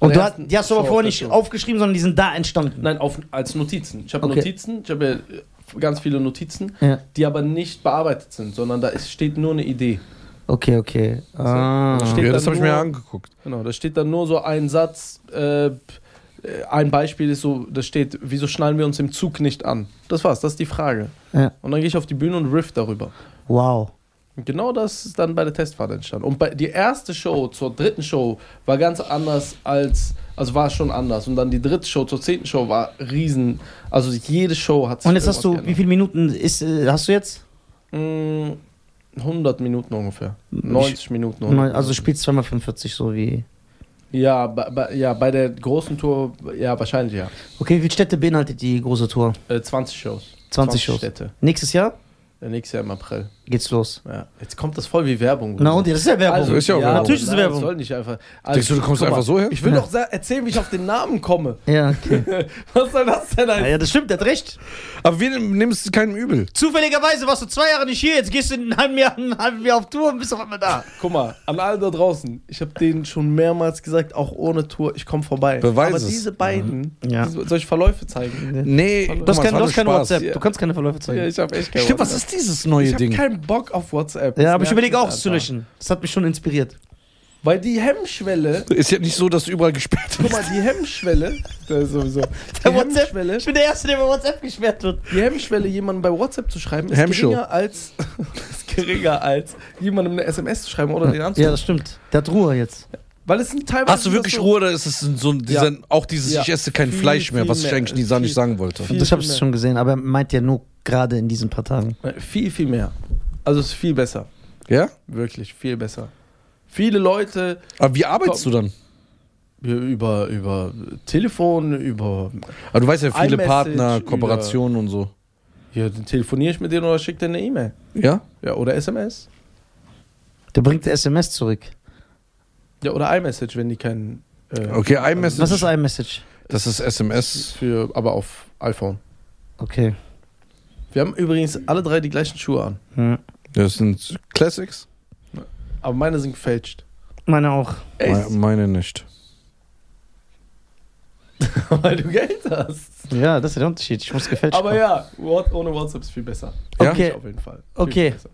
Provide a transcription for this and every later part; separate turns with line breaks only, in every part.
Und du
Ja,
hast, die hast du aber
schon
vorher nicht
aufgeschrieben.
aufgeschrieben, sondern die sind da entstanden.
Nein, auf, als Notizen. Ich habe
Okay.
Notizen, ich habe äh, ganz viele Notizen,
Ja.
die aber nicht bearbeitet sind, sondern da ist, steht nur eine Idee.
Okay, okay. Ah.
Da steht
Ja, das
dann
habe ich mir
nur-
angeguckt.
Genau, da steht dann nur so ein Satz. Äh, äh, ein Beispiel ist so, da steht, wieso schnallen wir uns im Zug nicht an? Das war's, das ist die Frage.
Ja.
Und dann gehe ich auf die Bühne und riff darüber.
Wow.
Und genau das ist dann bei der Testfahrt entstanden. Und bei, die erste Show zur dritten Show war ganz anders als, also war schon anders. Und dann die dritte Show zur zehnten Show war riesen. Also jede Show hat sich
Und jetzt hast du,
irgendwas
wie viele Minuten ist, äh, hast du jetzt?
geändert. Mm, 100 Minuten ungefähr.
Ich-
90 Minuten.
Neun- Also du spielst zweimal 45, so wie.
ja, bei, bei, ja, bei der großen Tour, ja, wahrscheinlich ja.
Okay, wie viele Städte beinhaltet die große Tour?
Äh, 20 Shows.
20 Shows.
Städte.
Nächstes Jahr
Ja, nächstes Jahr im April.
geht's los.
Ja. Jetzt kommt das voll wie Werbung.
Na und, das ist ja Werbung.
Also,
ist ja auch Werbung.
Natürlich ist es
nein, das
Werbung.
Soll nicht einfach. Also,
Denkst du, du kommst
guck mal,
einfach so her?
Ich will
Ja.
doch sa- erzählen, wie ich auf den Namen komme.
ja, okay.
Was soll das denn
ja,
heißen?
ja, das stimmt, der hat recht.
Aber wir nehmen es keinem übel.
Zufälligerweise warst du zwei Jahre nicht hier, jetzt gehst du in einem halben Jahr, in einem halben Jahr auf Tour und bist auf einmal da.
Guck mal, an alle da draußen. Ich habe denen schon mehrmals gesagt, auch ohne Tour, ich komme vorbei.
Beweis
Aber
es.
diese beiden,
Ja.
diese, soll ich Verläufe zeigen?
Nee,
Du
guck
Du hast
mal,
kein,
es war
du
nur
hast kein
Spaß.
WhatsApp,
Ja.
du kannst keine Verläufe zeigen.
Ja, ich habe echt
Stimmt, was ist dieses neue
Ich habe
Ding?
keinen Bock auf WhatsApp.
Ja,
Das
aber ich
nervt
überlege
mich halt
auch,
einfach.
es zu löschen. Das hat mich schon inspiriert.
Weil die Hemmschwelle,
Ist ja nicht so, dass du überall gesperrt
guck
bist.
mal, die Hemmschwelle, da ist sowieso. Die
Der WhatsApp,
Hemmschwelle,
ich bin der Erste, der bei WhatsApp gesperrt wird.
die Hemmschwelle, jemanden bei WhatsApp zu schreiben, ist
Hemmschuh.
geringer als, ist geringer als jemandem eine SMS zu schreiben oder äh, den
Ja,
anzurufen.
das stimmt. Der hat Ruhe jetzt.
Weil es sind teilweise.
Hast du wirklich
so-
Ruhe oder ist es so ein, dieser,
Ja.
auch dieses,
Ja.
ich esse kein
Viel,
Fleisch mehr,
viel
was ich
mehr.
eigentlich nie sagen, nicht
Viel-
sagen wollte?
viel-
das habe ich
mehr.
schon gesehen, aber er meint ja nur gerade in diesen paar Tagen.
Viel, viel mehr. Also es ist viel besser.
Ja?
Wirklich, viel besser. Viele Leute
Aber wie arbeitest
Komm.
du dann?
über, über Telefon, über.
Aber du weißt ja, viele
iMessage
Partner,
über-
Kooperationen und so.
Ja, dann telefoniere ich mit denen oder schicke denen eine E-Mail.
Ja?
Ja, oder SMS.
Der bringt SMS zurück.
Ja, oder iMessage, wenn die keinen. Äh,
Okay, iMessage,
Was ist iMessage?
das ist SMS.
Für, aber auf iPhone.
Okay.
Wir haben übrigens alle drei die gleichen Schuhe an.
Hm.
Das sind Classics?
Aber meine sind gefälscht. ähm,
Meine auch.
Me- Meine nicht.
weil du Geld hast.
Ja, das ist der Unterschied. Ich muss gefälscht
Aber
kommen.
ja, What, ohne WhatsApp ist viel besser. Finde
Ja?
ich
Okay.
Auf jeden Fall. Viel
Okay.
besser.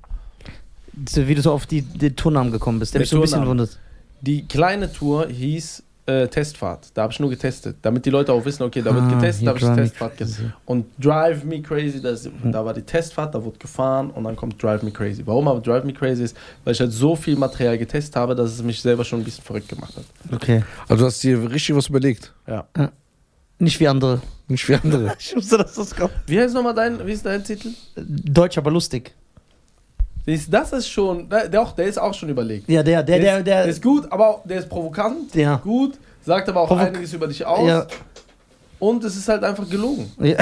So, Wie du so auf die, den Tournamen gekommen bist, der
Der
mich so ein bisschen
Tournamen.
wundert.
Die kleine Tour hieß äh, Testfahrt. Da habe ich nur getestet, damit die Leute auch wissen, okay, da wird
Ah,
getestet,
hier
da habe ich
Drive Me
Testfahrt
Crazy.
getestet. Und Drive Me Crazy, das, da war die Testfahrt, da wurde gefahren und dann kommt Drive Me Crazy. Warum aber Drive Me Crazy ist, weil ich halt so viel Material getestet habe, dass es mich selber schon ein bisschen verrückt gemacht hat.
Okay.
Also du hast dir richtig was überlegt.
Ja.
Nicht wie andere.
Nicht wie andere.
Ich wusste, dass das kommt.
Wie heißt nochmal dein, wie ist dein Titel?
Deutsch, aber lustig.
Siehst, Das ist schon, da- der, auch, der ist auch schon überlegt.
Ja, der, der, der, der.
ist gut, aber auch- der ist provokant,
Ja.
gut, sagt aber auch
Provok-
einiges über dich aus
Ja.
und es ist halt einfach gelogen.
Ja.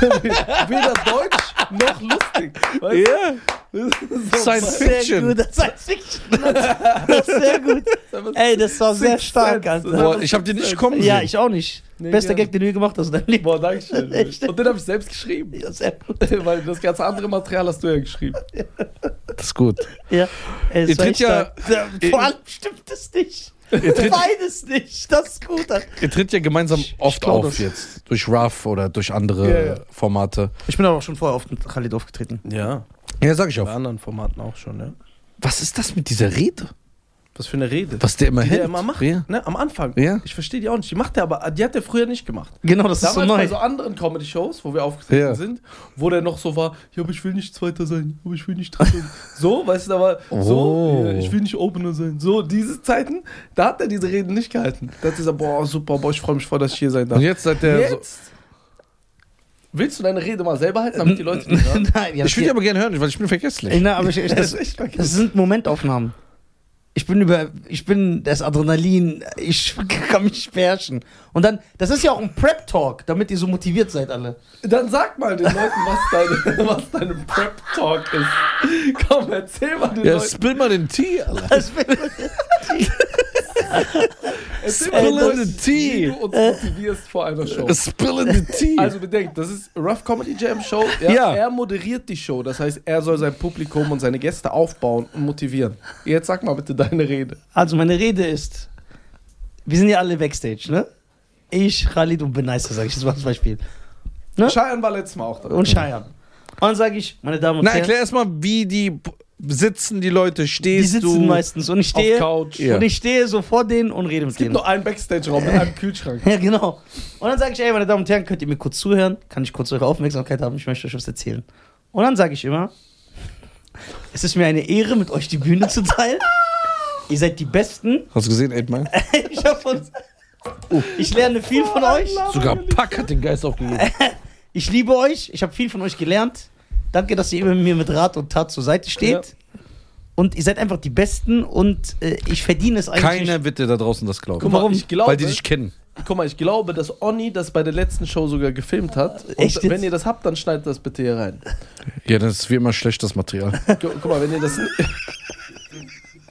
Weder deutsch noch lustig. Weißt
Ja.
du? Das ist
Science
Sehr
Fiction.
gut, das Science Fiction. Das ist sehr gut.
einfach-
Ey, das war sehr
Sixth
stark,
Sense.
Alter.
Boah, ich hab dir nicht kommen
Ja,
sehen.
ich auch nicht.
Nee,
Bester
gerne.
Gag, den du je gemacht hast in deinem Leben.
Boah, danke schön.
Echt?
Und den habe ich selbst geschrieben.
Ja, sehr gut.
Weil das ganze andere Material hast du ja geschrieben.
Das ist gut.
Ja. Ey, das
Ihr
war
tritt
echt
ja-
stark. Ja, Vor allem stimmt es nicht.
tritt-
Beides nicht. Das ist gut.
Ihr tritt ja gemeinsam oft
glaub
auf
das.
jetzt. Durch Ruff oder durch andere
Ja, ja.
Formate.
Ich bin aber auch schon vorher oft mit Khalid aufgetreten.
Ja,
Ja, sag ich auch.
anderen Formaten auch schon, ne?
Was ist das mit dieser Rede?
Was für eine Rede.
Was der immer
die
hält.
der immer macht,
Ja.
ne? Am Anfang.
Ja.
Ich verstehe die auch nicht. Die macht der aber, die hat der früher nicht gemacht.
Genau, das ist so
Damals bei
neu.
so anderen Comedy-Shows, wo wir aufgetreten
Ja.
sind, wo der noch so war, ja, aber ich will nicht Zweiter sein, aber ich will nicht Dritter sein. So, weißt du, da war so,
Oh.
ja, ich will nicht Opener sein. So, diese Zeiten, da hat er diese Reden nicht gehalten. Da hat er gesagt, boah, super, boah, ich freue mich voll, dass ich hier sein darf.
Und jetzt seid ihr so.
Jetzt? Willst du deine Rede mal selber halten, damit die Leute die hören?
Nein, ja,
Ich würde die aber gerne hören, weil ich bin vergesslich.
Ey, na, aber ich, ich, das,
ist echt vergessen.
das sind Momentaufnahmen. Ich bin über, ich bin das Adrenalin, ich kann mich beherrschen. Und dann, das ist ja auch ein Prep-Talk, damit ihr so motiviert seid alle.
Dann sag mal den Leuten, was deine, was deine Prep-Talk ist. Komm, erzähl mal den
Ja,
Leuten.
spill mal den Tee, Alter.
Das wär-
Erzähl
spill
mal den
in
Leuten,
the
wie
tea.
du uns motivierst vor einer Show.
Spill in the Tee.
Also bedenkt, das ist Rough Comedy Jam Show. Ja,
Ja.
Er moderiert die Show. Das heißt, er soll sein Publikum und seine Gäste aufbauen und motivieren. Jetzt sag mal bitte deine Rede.
Also meine Rede ist, wir sind ja alle Backstage, ne? Ich, Khalid und Beneister, sage ich jetzt mal als Beispiel. Ja.
Scheiern war letztes Mal auch da.
Und Scheiern. Und dann sage ich, meine Damen und
Na,
Herren,
erklär erst mal, wie die b- sitzen, die Leute.
die
Stehst
sitzen
du?
meistens und ich
Auf
stehe
Couch.
Ja.
und ich stehe so vor denen und rede mit
Es gibt
denen.
nur einen Backstage-Raum mit einem Kühlschrank.
Ja, genau. Und dann sage ich, ey, meine Damen und Herren, könnt ihr mir kurz zuhören? Kann ich kurz eure Aufmerksamkeit haben? Ich möchte euch was erzählen. Und dann sage ich immer, es ist mir eine Ehre, mit euch die Bühne zu teilen. ihr seid die Besten.
Hast du gesehen, Edmund?
ich, hab von, ich lerne viel von euch.
Sogar Pack hat den Geist aufgegeben.
Ich liebe euch. Ich habe viel von euch gelernt. Danke, dass ihr immer mir mit Rat und Tat zur Seite steht. Und ihr seid einfach die Besten und äh, ich verdiene es eigentlich.
Keiner wird dir da draußen das glauben.
Guck mal, Warum? ich glaube-
Weil die dich kennen.
Guck mal, ich glaube, dass Onni das bei der letzten Show sogar gefilmt hat. Und
Echt jetzt?
wenn ihr das habt, dann schneidet das bitte hier rein.
Ja, das ist wie immer schlecht, das Material.
Gu- Guck mal, wenn ihr das.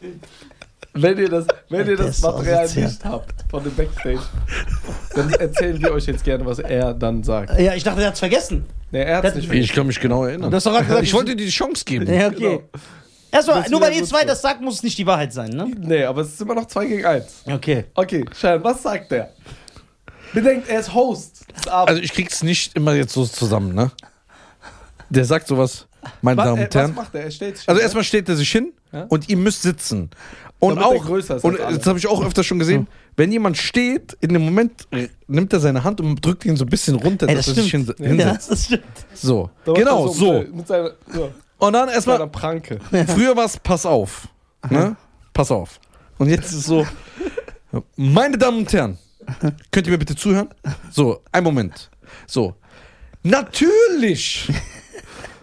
Wenn ihr das, wenn ihr
Der
das
ist so
Material
asozial.
nicht habt von dem Backstage, dann erzählen wir euch jetzt gerne, was er dann sagt.
Ja, ich dachte, er hat's vergessen.
Nee, er hat's
Das-
nicht
Ich kann mich genau erinnern.
Du hast doch gerade gesagt,
ich wollte dir die Chance geben.
Ja, okay. Erstmal,
Das
nur
wieder
weil ihr
gut
zwei
so.
das sagt, muss es nicht die Wahrheit sein, ne?
Nee, aber es ist immer noch 2 gegen 1.
Okay.
Okay, Schein, was sagt er? Bedenkt, er ist Host des Abends.
Also ich krieg's nicht immer jetzt so zusammen, ne? Der sagt sowas, meine
was,
Damen
äh,
und Herren.
was macht er? Er stellt sich
Also
hin,
erstmal steht er sich hin
Ja.
und ihr müsst sitzen. Und
Damit er
auch
größer ist als
und
alle. Hm.
das habe ich auch öfter schon gesehen, wenn jemand steht, in dem Moment äh, nimmt er seine Hand und drückt ihn so ein bisschen runter,
Ey,
dass
das
er sich
stimmt.
hin- hinsetzt.
Ja, das stimmt.
So.
da macht er
Genau, so.
ne? Mit, mit seiner, so,
Und dann
mit seiner
erstmal
Pranke.
früher war es pass auf, ne? Pass auf. Und jetzt ist so meine Damen und Herren, könnt ihr mir bitte zuhören? So, ein Moment. So. Natürlich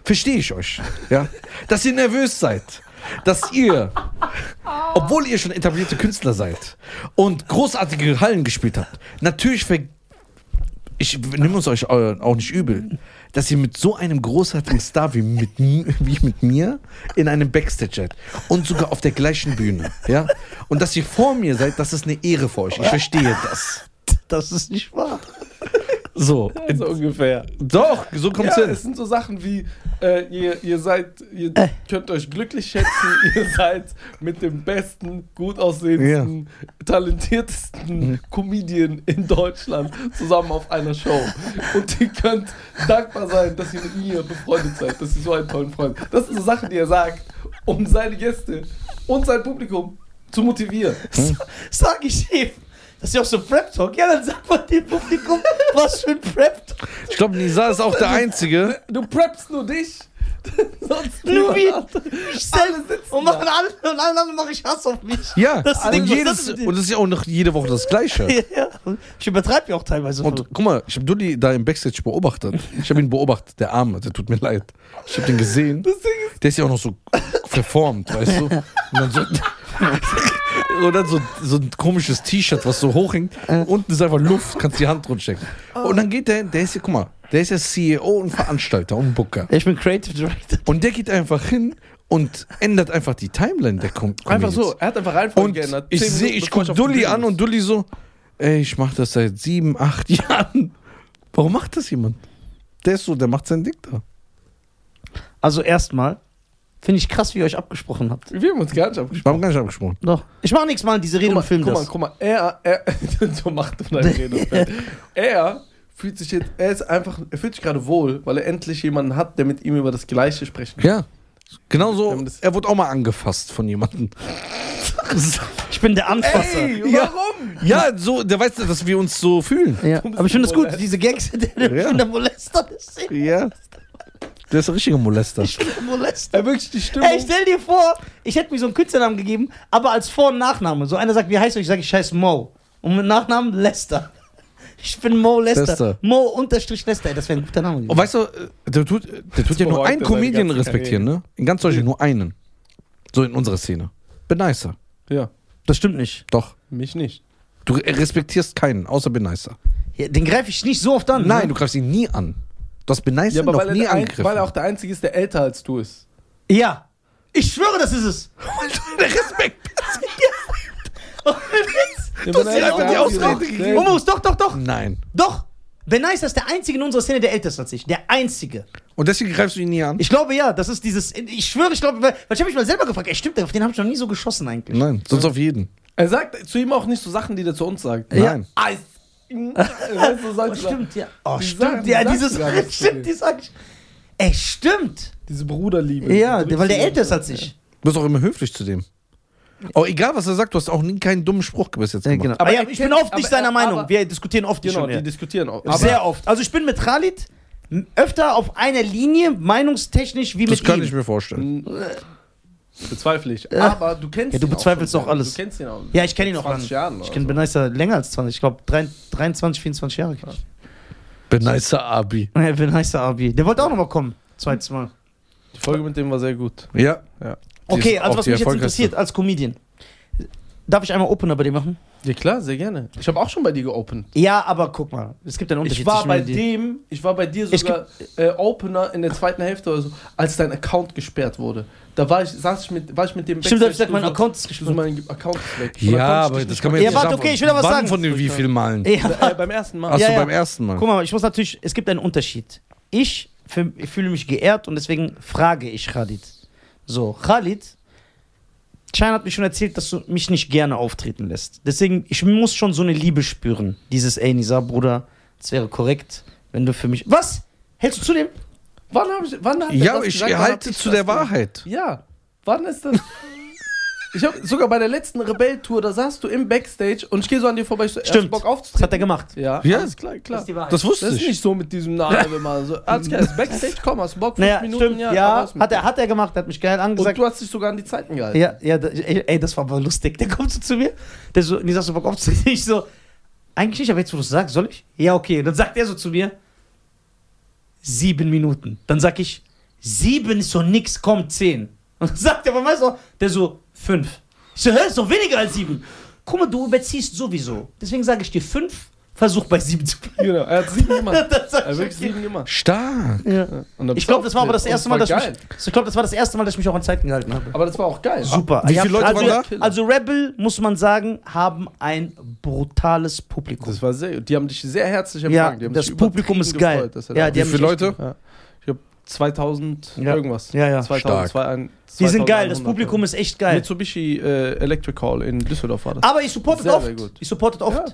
verstehe ich euch, ja, dass ihr nervös seid, dass ihr, obwohl ihr schon etablierte Künstler seid und großartige Hallen gespielt habt, natürlich ver ich nehme es euch eu- auch nicht übel, dass ihr mit so einem großartigen Star wie, mit, mi- wie mit mir in einem Backstage seid und sogar auf der gleichen Bühne, ja, und dass ihr vor mir seid, das ist eine Ehre für euch. Ich verstehe das.
Das ist nicht wahr.
So,
Also,
So ungefähr.
doch, so kommt's
Ja,
hin.
es sind so Sachen wie, äh, ihr, ihr seid, ihr
Äh.
könnt euch glücklich schätzen, ihr seid mit dem besten, gut aussehendsten,
Mhm.
talentiertesten Comedian in Deutschland zusammen auf einer Show. Und ihr könnt dankbar sein, dass ihr mit mir befreundet seid, dass ihr so einen tollen Freund Das sind so Sachen, die er sagt, um seine Gäste und sein Publikum zu motivieren.
Sag ich ihm. Das ist ja auch so ein Prep-Talk. Ja, dann sag mal dem Publikum, was für ein Prep-Talk.
Ich glaube, Nisa ist auch der Einzige.
Du preppst nur dich, sonst
Nur
niemand
wie
anderes.
ich
Alle
selbst.
sitzen
Und
da.
machen alle, und alle anderen mache ich Hass auf mich.
Ja,
Das ist
und,
Ding, was
jedes,
das mit dir-
und das ist ja auch noch jede Woche das Gleiche.
Ja. Ich übertreibe ja auch teilweise.
Also-
Und guck mal, ich habe Dulli da im Backstage beobachtet. Ich habe ihn beobachtet, der Arme, der tut mir leid. Ich habe den gesehen.
Das Ding ist,
Der ist ja auch noch so verformt, weißt du? Und dann so, und dann so, so ein komisches T-Shirt, was so hochhängt. Unten ist einfach Luft, kannst die Hand runterstecken. Und dann geht der, hin, der ist ja, guck mal, der ist ja CEO und Veranstalter und Booker.
ich bin Creative Director.
Und der geht einfach hin und ändert einfach die Timeline der Com
einfach
Comedians.
so, er hat einfach Reihenfolge
Und
geändert.
ich
ne? Zehn
sehe,
Minuten,
ich
bevor
gucke
auf die
Dulli
Bühne
an
muss.
und Dulli so, ey, ich mache das seit sieben, acht Jahren. Warum macht das jemand? Der ist so, der macht sein Ding da.
Also erstmal finde ich krass, wie ihr euch abgesprochen habt.
Wir haben uns gar nicht abgesprochen.
Wir haben gar nicht abgesprochen.
Doch. Ich mache nichts mal in diese Rede und film
guck mal,
das.
guck mal, er, er so macht er deine Rede. Fred. er fühlt sich jetzt, er ist einfach, er fühlt sich gerade wohl, weil er endlich jemanden hat, der mit ihm über das Gleiche sprechen kann.
Ja. Genau
Wir
so,
haben das-
er wurde auch mal angefasst von jemandem.
Ich bin der Anfasser.
Ja.
warum?
ja, so, der weiß, dass wir uns so fühlen.
Ja. Aber ich finde es gut, diese Gangster, der,
Ja.
ich bin der Molester. Das ist
Ja. Der ist ein richtiger Molester.
Ich bin der Molester.
Er wirklich die Stimmung.
Ey, stell dir vor, ich hätte mir so einen Künstlernamen gegeben, aber als Vor- und Nachname. So einer sagt, wie heißt du? Ich sage, ich heiße Mo. Und mit Nachnamen Lester. Ich bin Mo Lester.
Lester.
Mo unterstrich Lester. Ey, das wäre ein guter Name.
Und
gewesen.
weißt du, äh, der tut, der tut ja nur
bereut
einen
er seine
Comedian
ganze
respektieren, ne? In ganz Deutschland nur einen. So in unserer Szene. Beneißer.
Ja,
Das stimmt nicht.
Doch.
mich nicht.
Du respektierst keinen, außer Beneißer.
Ja, den greife ich nicht so oft an.
Nein, du
ne?
greifst ihn nie an. Du hast Beneißer
Ja, aber
noch
weil
nie
er, ein,
angegriffen.
weil er auch der Einzige ist, der älter als du ist.
Ja. Ich schwöre, das ist es.
der Respekt.
Und jetzt-
Ja,
das
wenn
ist
er der
ja die
Einzige
Ausrede
ist,
gegeben.
der-
Humus, doch, doch, doch.
Nein.
Doch. Ben Nice ist der Einzige in unserer Szene, der älter ist als ich. Der Einzige.
Und deswegen greifst du ihn nie an?
Ich glaube ja, das ist dieses. Ich schwöre, ich glaube, weil, weil ich habe mich mal selber gefragt, ey, stimmt, auf den habe ich noch nie so geschossen eigentlich.
Nein, sonst auf jeden.
Er sagt zu ihm auch nicht so Sachen, die der zu uns sagt.
Ja.
Nein.
Eis. Weißt du, sagt
Oh,
er.
stimmt, ja. Oh,
Die
stimmt,
sagen-
ja,
die
dieses.
sagen gar nichts zu
Stimmt,
dir.
die sag ich. Ey, stimmt.
Diese Bruderliebe.
Ja,
Die drückt
weil der
sie
älter ist
so.
als ich.
Du bist auch immer höflich zu dem. Auch egal, was er sagt, du hast auch nie keinen dummen Spruch bis jetzt gemacht.
Aber,
Aber
ja,
er
ich bin
kennt-
oft nicht
aber er-
seiner Meinung.
aber-
Wir diskutieren oft nicht
Genau,
schon
die
mehr.
diskutieren auch.
Sehr oft. Also ich bin mit Khalid m- öfter auf einer Linie, meinungstechnisch, wie
Das
mit
kann
ihm.
ich mir vorstellen.
Bezweifle ich. Aber du kennst
Ja, du
ihn auch
bezweifelst
schon
doch
sehr.
alles.
Du kennst ihn auch.
ja, ich kenne ihn auch
20
lange.
Jahren.
Ich
oder
kenne
so.
Ben Nicer länger als 20. Ich glaube 23, 24 Jahre. kenn ich.
Beneister Abi.
Ja, Ben Nicer Abi. Der wollte auch nochmal kommen. Zweites Mal.
Die Folge mit dem war sehr gut.
Ja. Die
Okay,
ist
also
auch
was
die
mich jetzt
erfolgreichste.
interessiert als Comedian. Darf ich einmal Opener bei dir machen?
Ja, klar, sehr gerne. Ich habe auch schon bei dir geopend.
Ja, aber guck mal, es gibt einen Unterschied.
Ich war
zwischen
bei
mir und
dem, ich war bei dir
Ich
sogar äh, Opener in der zweiten Hälfte oder so, als dein Account gesperrt wurde. Da war ich, saß ich mit, war ich mit dem
Stimmt, da hab ich
Backstage-
gesagt, mein Account ist
so,
geschlossen.
mein Account ist weg. Und
Ja,
dann konnte
aber
ich
das
dich
kann man
Ja,
jetzt
warte,
nicht sagen.
okay, ich will aber was
Wann
sagen.
von den wie vielen Malen?
Ja.
nicht- Äh, beim ersten Mal.
Ach so,
Ja, ja.
beim ersten Mal.
Guck mal, ich muss natürlich, es gibt einen Unterschied. Ich, für, ich fühle mich geehrt und deswegen frage ich Khalid. So, Khalid, Chan hat mir schon erzählt, dass du mich nicht gerne auftreten lässt. Deswegen, ich muss schon so eine Liebe spüren. Dieses, ey, Nisa, Bruder, es wäre korrekt, wenn du für mich. Was? Hältst du zu dem?
Wann habe ich, wann hat er
Ja,
das
aber ich
gesagt? Wann hab
halte
ich
zu
das
der
gesagt?
Wahrheit.
Ja, wann ist das? ich habe sogar bei der letzten Rebell-Tour, da saß du im Backstage und ich gehe so an dir vorbei. Ich so, hast du
Stimmt.
Bock
Das hat
aufzutreten?
er gemacht.
Ja,
Ja.
alles klar, klar.
die Wahrheit.
Das wusste
Das ist
ich.
nicht so mit diesem Namen immer. So, alles klar, ist Backstage, komm, hast du Bock, fünf
naja,
Minuten,
stimmt, ja,
aber raus mit
hat,
dir.
er, hat er gemacht, hat mich geil
Und
angesagt.
du hast dich sogar an die Zeiten gehalten.
Ja, ja, da, ey, ey, das war aber lustig. Der kommt so zu mir, der so, Nisa, hast du Bock aufzutreten? Ich so, eigentlich nicht, aber jetzt, wo du es sagst, soll ich? Ja, okay. Und dann sagt er so zu mir, sieben Minuten. Dann sag ich, sieben ist so nix, komm, zehn. Und dann sagt er, aber weißt du, der so, fünf. Ich so, hä, ist doch weniger als sieben. Guck mal, du überziehst sowieso. Deswegen sage ich dir fünf, versuch bei sieben zu bleiben.
Genau, er hat sieben gemacht.
Das
er hat
sag
Also wirklich
ich
sieben gemacht.
Stark.
ja.
Und dann
Ich
bist
glaube,
du
das war aber das
aufgetreten.
erste Mal,
Und
dass
war
ich mich, ich glaube, das war das erste Mal, dass ich mich auch an Zeiten gehalten habe.
Aber das war auch geil.
Super.
Ah, Wie
Ja,
viele Leute
also,
waren
da?
Also Rebel, muss man sagen, haben ein brutales Publikum.
Das war sehr Die haben dich sehr herzlich empfangen.
Ja,
die haben
das
sich
Publikum
übertrieben
ist geil.
Gefreut, dass er
Ja,
da
die
war.
haben
Wie viele
mich echt-
Leute?
Ja. Ich glaube 2000
Ja.
irgendwas.
Ja, ja.
2000,
Stark.
2000,
Die sind geil, das Publikum ist echt geil. Ah.
Mitsubishi äh, Electric Hall in Düsseldorf war das.
Aber ich supportet
Sehr,
oft.
sehr gut.
Ich supportet oft.
Ja.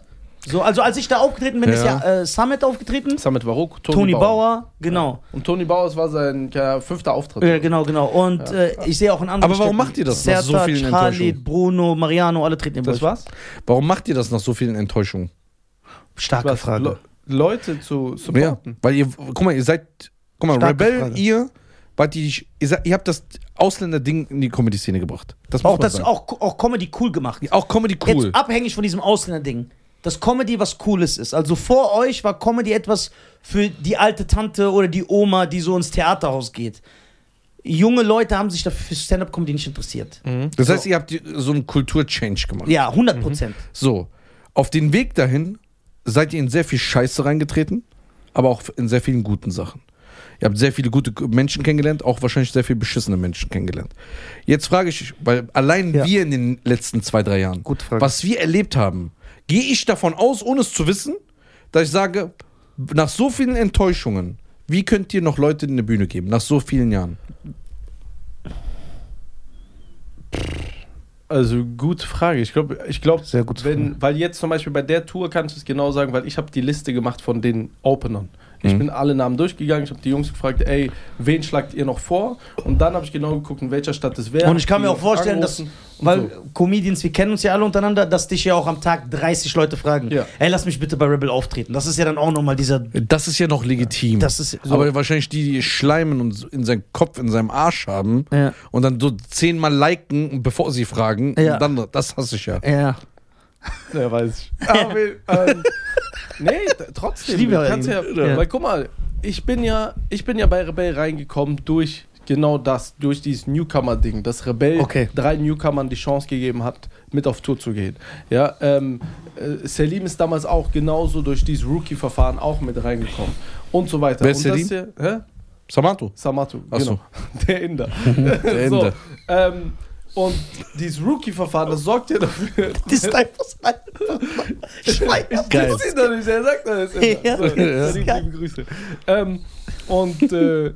So, also als ich da aufgetreten bin, ist
Ja.
ja äh, Summit aufgetreten.
Summit Varuk, Tony,
Tony
Bauer.
Bauer, genau.
Und Tony Bauer, es war sein ja, fünfter Auftritt.
Ja, genau, genau. Und äh, ich sehe auch in anderen
Aber warum macht ihr das nach so
Serta,
vielen
Charlie,
Enttäuschungen?
Bruno, Mariano, alle treten im
Das war's?
Warum macht ihr das nach so vielen Enttäuschungen?
Starke
Was,
Frage.
Le Leute zu
Ja,
supporten.
weil ihr, guck mal, ihr seid, guck mal,
Starke
Rebell,
Frage.
ihr, wart die, ihr, seid, ihr habt das Ausländer-Ding in die Comedy-Szene gebracht. Das muss
Auch,
man
das,
sagen.
auch, auch Comedy cool gemacht.
auch Comedy cool.
Jetzt abhängig von diesem Ausländer-Ding. Dass Comedy was Cooles ist. Also vor euch war Comedy etwas für die alte Tante oder die Oma, die so ins Theaterhaus geht. Junge Leute haben sich dafür für Stand-Up-Comedy nicht interessiert.
Mhm.
Das heißt, ihr habt die- so einen Kultur-Change gemacht.
Ja, 100 Prozent.
So, auf den Weg dahin seid ihr in sehr viel Scheiße reingetreten, aber auch in sehr vielen guten Sachen. Ihr habt sehr viele gute Menschen kennengelernt, auch wahrscheinlich sehr viele beschissene Menschen kennengelernt. Jetzt frage ich, euch, weil allein
Ja.
wir in den letzten zwei, drei Jahren,
Gute Frage.
was wir erlebt haben, gehe ich davon aus, ohne es zu wissen, dass ich sage, nach so vielen Enttäuschungen, wie könnt ihr noch Leute in eine Bühne geben, nach so vielen Jahren?
Also gute Frage. Ich glaube, ich glaube,
Sehr gute
wenn, weil jetzt zum Beispiel bei der Tour kannst du es genau sagen, weil ich habe die Liste gemacht von den Openern. Ich
Mhm.
bin alle Namen durchgegangen, ich habe die Jungs gefragt, ey, wen schlagt ihr noch vor? Und dann habe ich genau geguckt, in welcher Stadt es wäre.
Und ich
Die
kann mir auch
Jungs
vorstellen, dass,
angerufen und
weil Comedians, wir kennen uns ja alle untereinander, dass dich ja auch am Tag 30 Leute fragen:
Ja.
Ey, lass mich bitte bei Rebel auftreten. Das ist ja dann auch nochmal dieser.
Das ist ja noch legitim.
Das ist so.
Aber wahrscheinlich die, die Schleimen und in seinem Kopf, in seinem Arsch haben
Ja.
und dann so zehnmal liken, bevor sie fragen.
Ja.
Und dann, das hasse ich ja.
Ja.
so. Ja, weiß ich. Aber, ähm, nee, t- trotzdem.
Ich liebe
du kannst ja,
ihn. Ja.
Weil guck mal, ich bin ja, ich bin ja bei Rebell reingekommen durch genau das, durch dieses Newcomer-Ding, dass Rebell
Okay.
drei Newcomern die Chance gegeben hat, mit auf Tour zu gehen. Ja, ähm, äh, Selim ist damals auch genauso durch dieses Rookie-Verfahren auch mit reingekommen und so weiter.
Wer ist
und das
Selim?
hier- hä?
Samato.
Samatu,
Ach so.
genau. Der Inder.
Der
so,
Ende.
ähm, und dieses Rookie-Verfahren, das sorgt ja dafür.
Das ist einfach Ich weiß.
Geil.
Das ist doch nicht, er sagt das.
Ja,
immer. So,
das ist
liebe,
geil.
liebe Grüße. Ähm, und äh,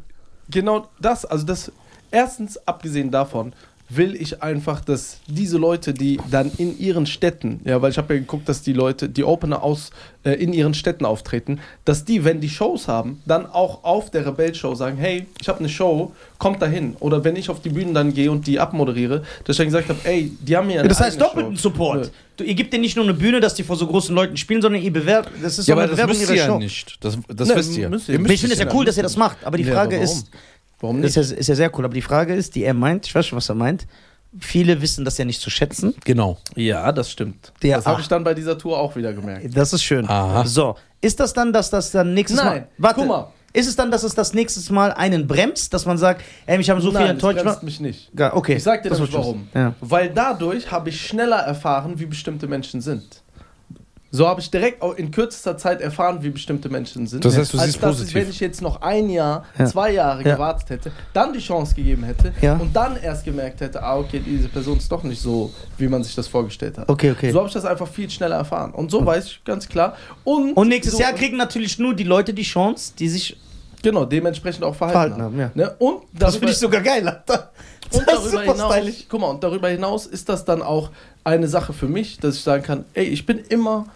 genau das, also das, erstens abgesehen davon, will ich einfach, dass diese Leute, die dann in ihren Städten, ja, weil ich habe ja geguckt, dass die Leute, die Opener aus äh, in ihren Städten auftreten, dass die, wenn die Shows haben, dann auch auf der Rebell-Show sagen, hey, ich habe eine Show, kommt dahin. Oder wenn ich auf die Bühnen dann gehe und die abmoderiere, dass ich dann gesagt habe, ey, die haben hier eine
Das heißt
eigene
doppelten
Show.
Support.
Ja.
Du, ihr gebt denen nicht nur eine Bühne, dass die vor so großen Leuten spielen, sondern ihr bewerbt. Das ist
Ja,
so
aber
eine
das
Bewerbung
müsst
ihrer
ihr ja
Show.
nicht. Das, das
Ne,
wisst ihr.
müsst ihr.
ihr
Ich
Ich finde es ja cool, dass ihr das macht. Aber die
Ja,
Frage
aber warum?
ist,
Warum
das
nicht?
ist ja, ist ja sehr cool, aber die Frage ist, die er meint, ich weiß schon, was er meint. Viele wissen das ja nicht zu schätzen.
Genau.
Ja, das stimmt.
Der- Äh,
das habe
ach.
ich dann bei dieser Tour auch wieder gemerkt.
Das ist schön.
Aha.
So, ist das dann, dass das dann nächstes
Nein,
Mal. Warte,
guck mal.
ist es dann, dass es das nächstes Mal einen bremst, dass man sagt, ey, mich haben so viele
Nein, das
enttäuscht.
bremst mich nicht.
Geil, Okay.
Ich sag dir
Das
nämlich
wollte ich
warum.
wissen. Ja.
Weil dadurch habe ich schneller erfahren, wie bestimmte Menschen sind. So habe ich direkt auch in kürzester Zeit erfahren, wie bestimmte Menschen sind.
Das heißt, du
als
siehst
dass
positiv.
Ich, wenn ich jetzt noch ein Jahr,
Ja.
zwei Jahre
Ja.
gewartet hätte, dann die Chance gegeben hätte
Ja.
und dann erst gemerkt hätte, ah, okay, diese Person ist doch nicht so, wie man sich das vorgestellt hat.
Okay, okay.
So habe ich das einfach viel schneller erfahren. Und so weiß ich ganz klar. Und,
Und nächstes
so,
Jahr kriegen natürlich nur die Leute die Chance, die sich.
Genau, dementsprechend auch verhalten,
Verhalten haben, ja.
Ne? Und
Das
darüber-
finde ich sogar geil, Alter. Das
Und darüber, hinaus,
stylisch.
guck mal, und darüber hinaus ist das dann auch eine Sache für mich, dass ich sagen kann, ey, ich bin immer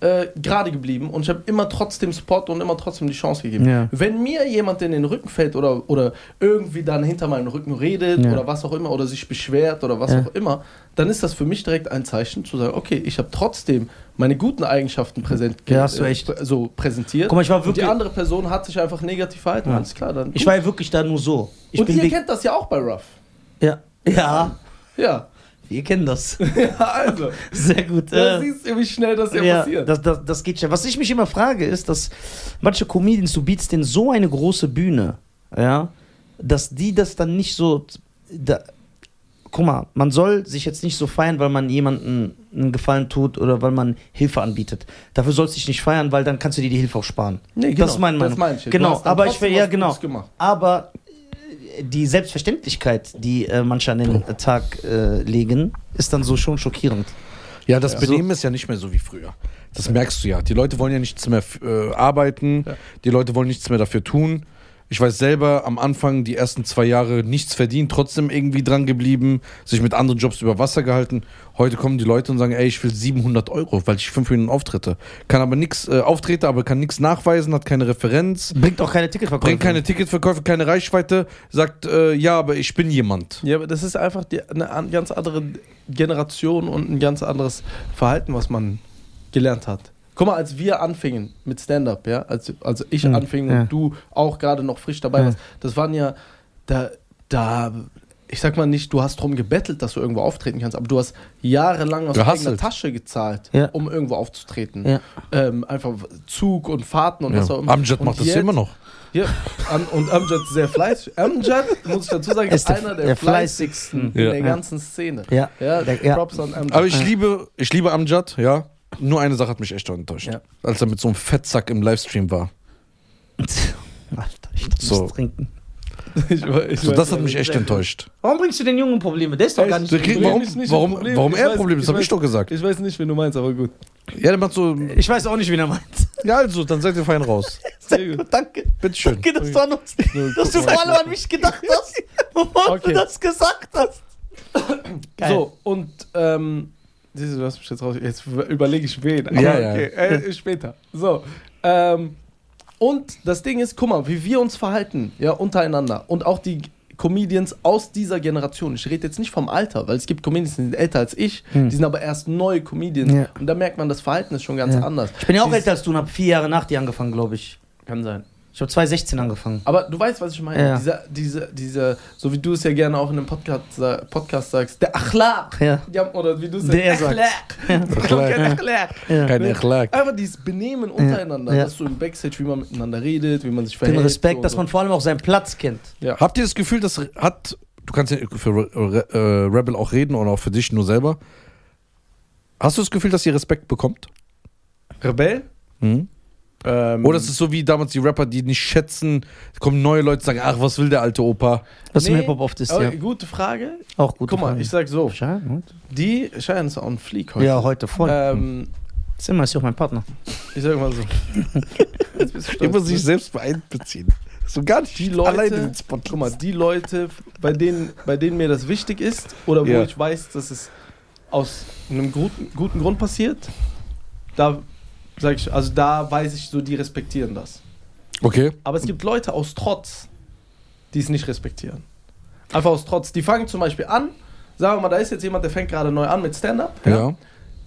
äh, gerade geblieben und ich habe immer trotzdem Spot und immer trotzdem die Chance gegeben.
Ja.
Wenn mir jemand in den Rücken fällt oder, oder irgendwie dann hinter meinem Rücken redet
Ja.
oder was auch immer oder sich beschwert oder was
Ja.
auch immer, dann ist das für mich direkt ein Zeichen zu sagen, okay, ich habe trotzdem meine guten Eigenschaften präsent
Ja, hast du echt.
prä- so präsentiert.
Guck mal, ich war
und die
wirklich-
andere Person hat sich einfach negativ verhalten.
Ja.
Alles klar, dann.
Ich war ja wirklich da nur so. Ich
und
bin
ihr
weg-
kennt das ja auch bei Ruff.
ja. ja,
Ja.
wir kennen das.
Ja, also.
Sehr gut.
Da
äh,
siehst du, wie schnell das ja, passiert.
Das, das, das geht schnell. Was ich mich immer frage, ist, dass manche Comedians, du bietst denen so eine große Bühne, ja, dass die das dann nicht so. Da, guck mal, man soll sich jetzt nicht so feiern, weil man jemanden einen Gefallen tut oder weil man Hilfe anbietet. Dafür sollst du dich nicht feiern, weil dann kannst du dir die Hilfe auch sparen.
Nee, genau,
Das ist meine Meinung.
mein Shit. Du
Genau,
hast dann
aber ich
trotzdem
will ja
was
genau.
Gutes Gemacht.
Aber äh, die Selbstverständlichkeit, die äh, manche an den äh, Tag äh, legen, ist dann so schon schockierend.
Ja, das
Ja.
Benehmen ist ja nicht mehr so wie früher. Das merkst du ja. Die Leute wollen ja nichts mehr äh, arbeiten,
Ja.
die Leute wollen nichts mehr dafür tun. Ich weiß selber, am Anfang die ersten zwei Jahre nichts verdient, trotzdem irgendwie dran geblieben, sich mit anderen Jobs über Wasser gehalten. Heute kommen die Leute und sagen, ey, ich will 700 Euro, weil ich fünf Minuten auftrete. Kann aber nichts, äh, auftrete, aber kann nichts nachweisen, hat keine Referenz,
Bringt auch keine Ticketverkäufe.
bringt keine Ticketverkäufe, keine Reichweite, sagt, äh, ja, aber ich bin jemand.
Ja, aber das ist einfach die, eine an- ganz andere Generation und ein ganz anderes Verhalten, was man gelernt hat. Guck mal, als wir anfingen mit Stand-Up, ja, als, als ich
Hm,
anfing
ja.
und du auch gerade noch frisch dabei
Ja.
warst, das waren ja, da, da, ich sag mal nicht, du hast drum gebettelt, dass du irgendwo auftreten kannst, aber du hast jahrelang aus
Gehasselt.
eigener Tasche gezahlt,
Ja.
um irgendwo aufzutreten.
Ja.
Ähm, einfach Zug und Fahrten und
Ja.
was auch immer.
Amjad
Und
macht das
jetzt-
immer noch.
ja, Am- und Amjad ist sehr fleißig. Amjad, muss ich dazu sagen,
Ist
ist
der-
einer der,
der
fleißigsten
fleißigsten.
in
Ja.
der
Ja.
ganzen Szene.
Ja.
ja,
Der- ja.
Props an Amjad.
Aber ich liebe, ich liebe Amjad, ja. Nur eine Sache hat mich echt enttäuscht.
Ja.
Als er mit so einem Fettsack im Livestream war.
Alter, ich muss
So.
trinken.
Ich weiß- ich
So,
weiß
das hat
nicht.
mich echt enttäuscht.
Warum bringst du den Jungen Probleme? Der ist doch
Ey,
gar
ich-
nicht.
Der kriegt-
Problem
warum-
ist nicht
warum-
ein Problem.
warum
Ich
er
weiß-
Problem ist,
ich
hab ich
weiß-
doch gesagt.
Ich weiß nicht, wen du meinst, aber gut.
Ja, der macht so.
Ich weiß auch nicht, wen er meint.
Ja, also, dann seid ihr fein raus.
Sehr gut, danke.
Bitteschön.
Danke, dass du, an uns, dass du vor allem an mich gedacht hast, bevor
Okay.
du das gesagt hast.
So, und ähm, siehst du, du hast mich jetzt raus. Jetzt überlege ich wen.
Ja,
okay, Äh, später. So. Ähm, und das Ding ist, guck mal, wie wir uns verhalten, ja, untereinander. Und auch die Comedians aus dieser Generation. Ich rede jetzt nicht vom Alter, weil es gibt Comedians, die sind älter als ich, die sind aber erst neue Comedians.
Hm. Ja.
Und da merkt man, das Verhalten ist schon ganz
Ja.
anders.
Ich bin ja auch
Dieses-
älter als du und habe vier Jahre nach dir angefangen, glaube ich.
Kann sein.
Ich habe 2016 angefangen.
Aber du weißt, was ich meine.
Ja.
Dieser, dieser, dieser, so wie du es ja gerne auch in einem Podcast, sa- Podcast sagst, der Achlaq.
Ja.
Ja, oder wie du es
Der sagt.
Akhlaq.
Achlaq.
Ja.
Kein Erklag.
Einfach dieses Benehmen untereinander,
Ja.
dass du im Backstage, wie man miteinander redet, wie man sich verhält.
Den Respekt,
so
dass man vor allem auch seinen Platz kennt.
Ja.
Habt ihr das Gefühl, dass hat. Du kannst ja für Re- Re- äh, Rebel auch reden oder auch für dich nur selber. Hast du das Gefühl, dass ihr Respekt bekommt?
Rebell?
Hm?
Ähm,
Oder ist es so wie damals die Rapper, die nicht schätzen, kommen neue Leute und sagen, ach, was will der alte Opa?
Was im
Nee,
Hip-Hop oft ist,
aber
ja.
Gute Frage.
Auch gut.
Guck mal, ich sag so:
Schade, ne?
Die Schein ist on fleek heute.
Ja, heute voll.
Ähm,
Zimmer ist ja auch mein Partner.
ich sag mal so. Jetzt bist du stolz,
Immer sich
ne?
selbst mit einbeziehen. So gar nicht
Die Leute-
alleine den Spotlight.
Guck mal, die Leute, bei denen, bei denen mir das wichtig ist oder wo
Ja.
ich weiß, dass es aus einem guten, guten Grund passiert, da sag ich, also da weiß ich so, die respektieren das.
Okay.
Aber es gibt Leute aus Trotz, die es nicht respektieren. Einfach aus Trotz. Die fangen zum Beispiel an, sagen wir mal, da ist jetzt jemand, der fängt gerade neu an mit Stand-Up.
Ja.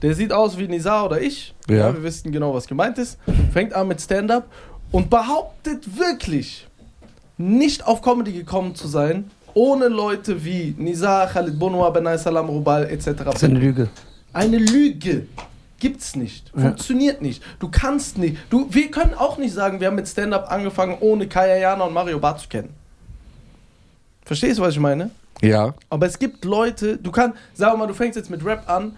Der sieht aus wie Nizar oder ich.
Ja.
Wir wissen genau, was gemeint ist. Fängt an mit Stand-Up und behauptet wirklich, nicht auf Comedy gekommen zu sein, ohne Leute wie Nizar, Khalid Bonwa, Benay Salam, Rubal
Das ist eine
etc.
Lüge.
Eine Lüge gibt's nicht. Funktioniert nicht. Du kannst nicht. Du, wir können auch nicht sagen, wir haben mit Stand-Up angefangen, ohne Kaya Jana und Mario Barth zu kennen. Verstehst du, was ich meine?
Ja.
Aber es gibt Leute, du kannst, sag mal, du fängst jetzt mit Rap an,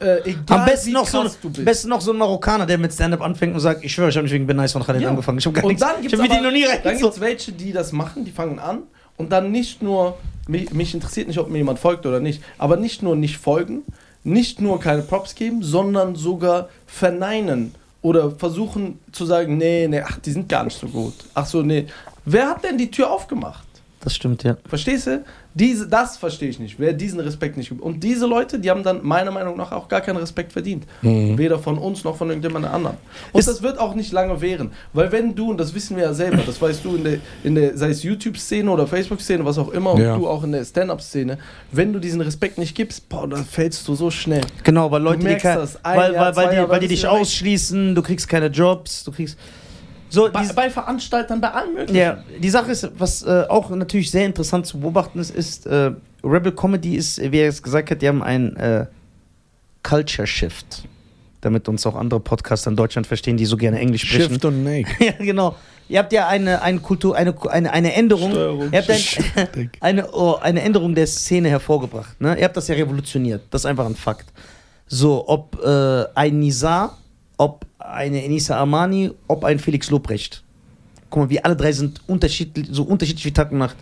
äh, egal
Am besten
wie
noch,
krass
so ein,
du
am
bist.
besten noch so ein Marokkaner, der mit Stand-Up anfängt und sagt, ich schwöre, ich habe nicht wegen Ben Nice von Khalid
Ja.
angefangen. Ich habe gar
und
nichts.
dann
Ich
gibt's
habe mit
aber-
denen noch nie
Dann
rechnet.
gibt's
So.
welche, die das machen, die fangen an und dann nicht nur, mich, mich interessiert nicht, ob mir jemand folgt oder nicht, aber nicht nur nicht folgen, nicht nur keine Props geben, sondern sogar verneinen oder versuchen zu sagen, nee, nee, ach, die sind gar nicht so gut. Ach so, nee. Wer hat denn die Tür aufgemacht?
Das stimmt, ja.
Verstehst du? Diese, das verstehe ich nicht. Wer diesen Respekt nicht gibt. Und diese Leute, die haben dann meiner Meinung nach auch gar keinen Respekt verdient. Weder von uns noch von irgendjemand anderem. Und
Mhm. Ist-
das wird auch nicht lange währen. Weil wenn du, und das wissen wir ja selber, das weißt du in der, in der sei es YouTube-Szene oder Facebook-Szene, was auch immer, und
Ja.
du auch in der Stand-Up-Szene, wenn du diesen Respekt nicht gibst, boah, dann fällst du so schnell.
Genau, weil Leute,
Du
die
merkst
kein,
das. Ein
weil,
Jahr,
weil,
zwei
weil, die,
Jahre
weil die
bist
dich
du weg.
ausschließen, du kriegst keine Jobs, du kriegst. So,
Bei,
diese-
bei Veranstaltern, bei allen möglichen.
Ja, die Sache ist, was äh, auch natürlich sehr interessant zu beobachten ist, ist, äh, Rebel Comedy ist, wie er es gesagt hat, die haben einen äh, Culture Shift. Damit uns auch andere Podcaster in Deutschland verstehen, die so gerne Englisch sprechen.
Shift und Nake.
ja, genau. Ihr habt ja eine, eine Kultur, eine, eine, eine Änderung.
Steuerung.
Ihr habt ein, eine, oh, eine Änderung der Szene hervorgebracht. Ne? Ihr habt das ja revolutioniert. Das ist einfach ein Fakt. So, ob äh, ein Nizar, ob eine Enisa Armani, ob ein Felix Lobrecht. Guck mal, wir alle drei sind unterschiedlich, so unterschiedlich wie Tag und Nacht.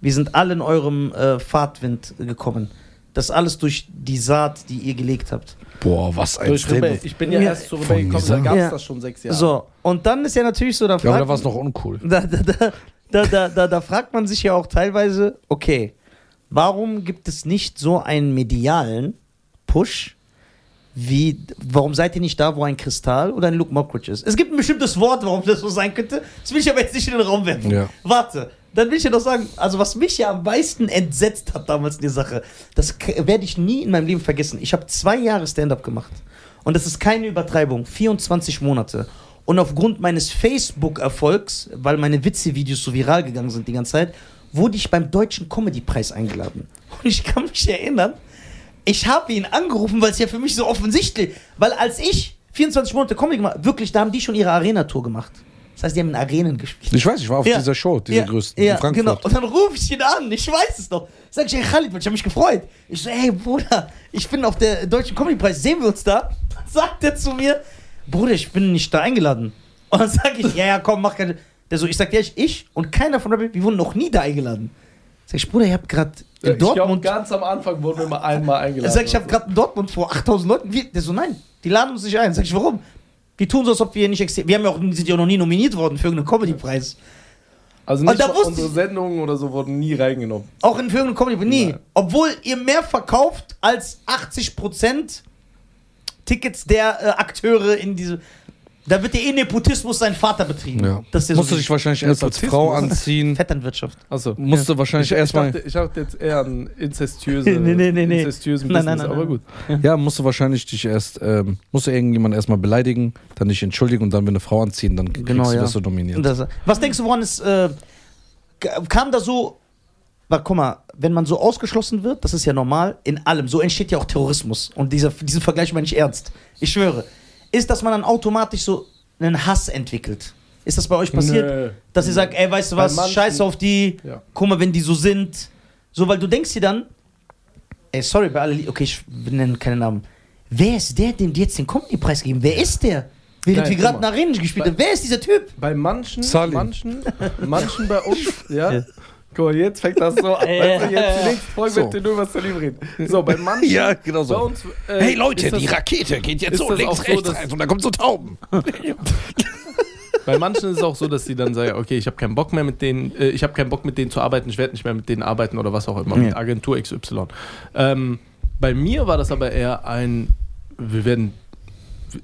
Wir sind alle in eurem äh, Fahrtwind gekommen. Das alles durch die Saat, die ihr gelegt habt.
Boah, was ein
Durch Rebell.
Statement.
Ich bin ja,
Ja.
erst zu Rebell gekommen,
dieser-
da gab es
Ja.
das schon sechs Jahre.
So, und dann ist ja natürlich so, da
Ja, aber
fragt
da war es noch uncool.
da, da, da, da, da, da, da fragt man sich ja auch teilweise, okay, warum gibt es nicht so einen medialen Push? Wie, warum seid ihr nicht da, wo ein Kristall oder ein Luke Mockridge ist? Es gibt ein bestimmtes Wort, warum das so sein könnte. Das will ich aber jetzt nicht in den Raum werfen.
Ja.
Warte, dann will ich ja noch sagen, also was mich ja am meisten entsetzt hat damals in der Sache, das k- werde ich nie in meinem Leben vergessen. Ich habe zwei Jahre Stand-up gemacht. Und das ist keine Übertreibung, 24 Monate. Und aufgrund meines Facebook-Erfolgs, weil meine Witze-Videos so viral gegangen sind die ganze Zeit, wurde ich beim Deutschen Comedy-Preis eingeladen. Und ich kann mich erinnern, ich habe ihn angerufen, weil es ja für mich so offensichtlich, weil als ich 24 Monate Comedy gemacht, wirklich, da haben die schon ihre Arena-Tour gemacht. Das heißt, die haben in Arenen gespielt.
Ich weiß, ich war auf
Ja.
dieser Show, diese
Ja,
größten
ja,
in Frankfurt.
Genau. Und dann rufe ich ihn an, ich weiß es noch. Sag ich, ey Khalid, Mensch, ich habe mich gefreut. Ich so, ey Bruder, ich bin auf der Deutschen Comedy-Preis, sehen wir uns da? Dann sagt er zu mir, Bruder, ich bin nicht da eingeladen. Und dann sag ich, ja, ja, komm, mach keine. Der so, ich sag dir ehrlich, ich und keiner von Rebel, wir wurden noch nie da eingeladen. Sag ich, Bruder, ihr habt gerade in
Ja, ich glaube,
Dortmund
ganz am Anfang wurden wir mal einmal eingeladen.
ich sag, ich habe
oder so.
gerade in Dortmund vor 8000 Leuten. Wir, der so, nein, die laden uns nicht ein. Sag ich, warum? Die tun so, als ob wir nicht existieren. Wir haben ja auch, sind ja auch noch nie nominiert worden für irgendeinen Comedy-Preis.
Also
Und
nicht
Ah, da
mal
wusste
unsere
ich-
Sendungen oder so wurden nie reingenommen.
Auch in für irgendeinen Comedy-Preis. Nie.
Nein.
Obwohl ihr mehr verkauft als 80% Tickets der äh, Akteure in diese. Da wird ja eh Nepotismus sein Vater betrieben.
Ja.
genau. Das ist ja
Musste
so
dich wahrscheinlich erst als
Nepotismus.
Frau anziehen.
Vetternwirtschaft.
Achso.
Musste wahrscheinlich
Ich, ich,
erstmal.
dachte, ich dachte jetzt eher an inzestiöse,
Nee, nee, nee, nee.
inzestiösen
Nein,
Business,
nein, nein,
aber
nein.
gut.
Ja, musst du wahrscheinlich dich erst, ähm, musst du irgendjemanden erstmal beleidigen, dann dich entschuldigen und dann, wenn eine Frau anziehen, dann kriegst
Genau,
du,
ja.
wirst du dominiert.
Und Das, was denkst du, woran es äh, g- kam da so? Weil, guck mal, wenn man so ausgeschlossen wird, das ist ja normal in allem. So entsteht ja auch Terrorismus. Und dieser, diesen Vergleich meine ich ernst. Ich schwöre. Ist, dass man dann automatisch so einen Hass entwickelt. Ist das bei euch passiert?
Nö.
Dass ihr sagt, ey, weißt du
Bei
was,
manchen-
scheiß auf die,
Ja.
guck mal, wenn die so sind. So, weil du denkst dir dann, ey, sorry, bei alle, Lie- okay, ich nenne keine Namen. Wer ist der, dem die jetzt den Comedy-Preis geben? Wer ist der? Während
Nein,
wir
guck
gerade in
mal.
Arenen gespielt haben. Wer ist dieser Typ?
Bei manchen,
Salim.
manchen, manchen bei uns, ja.
Ja.
Guck mal, jetzt fängt das so an.
Ja.
Weißt du, jetzt die nächste Folge
So.
wird dir nur über Salim reden. So, bei manchen,
Ja, genau so.
bei uns, äh, ist das,
Rakete geht jetzt
ist das auch so, dass-
und da kommt so Tauben.
Bei manchen ist es auch so, dass sie dann sagen, okay, ich habe keinen Bock mehr mit denen, äh, ich habe keinen Bock mit denen zu arbeiten, ich werde nicht mehr mit denen arbeiten oder was auch immer, mit
Ja.
Agentur XY. Ähm, bei mir war das aber eher ein, wir werden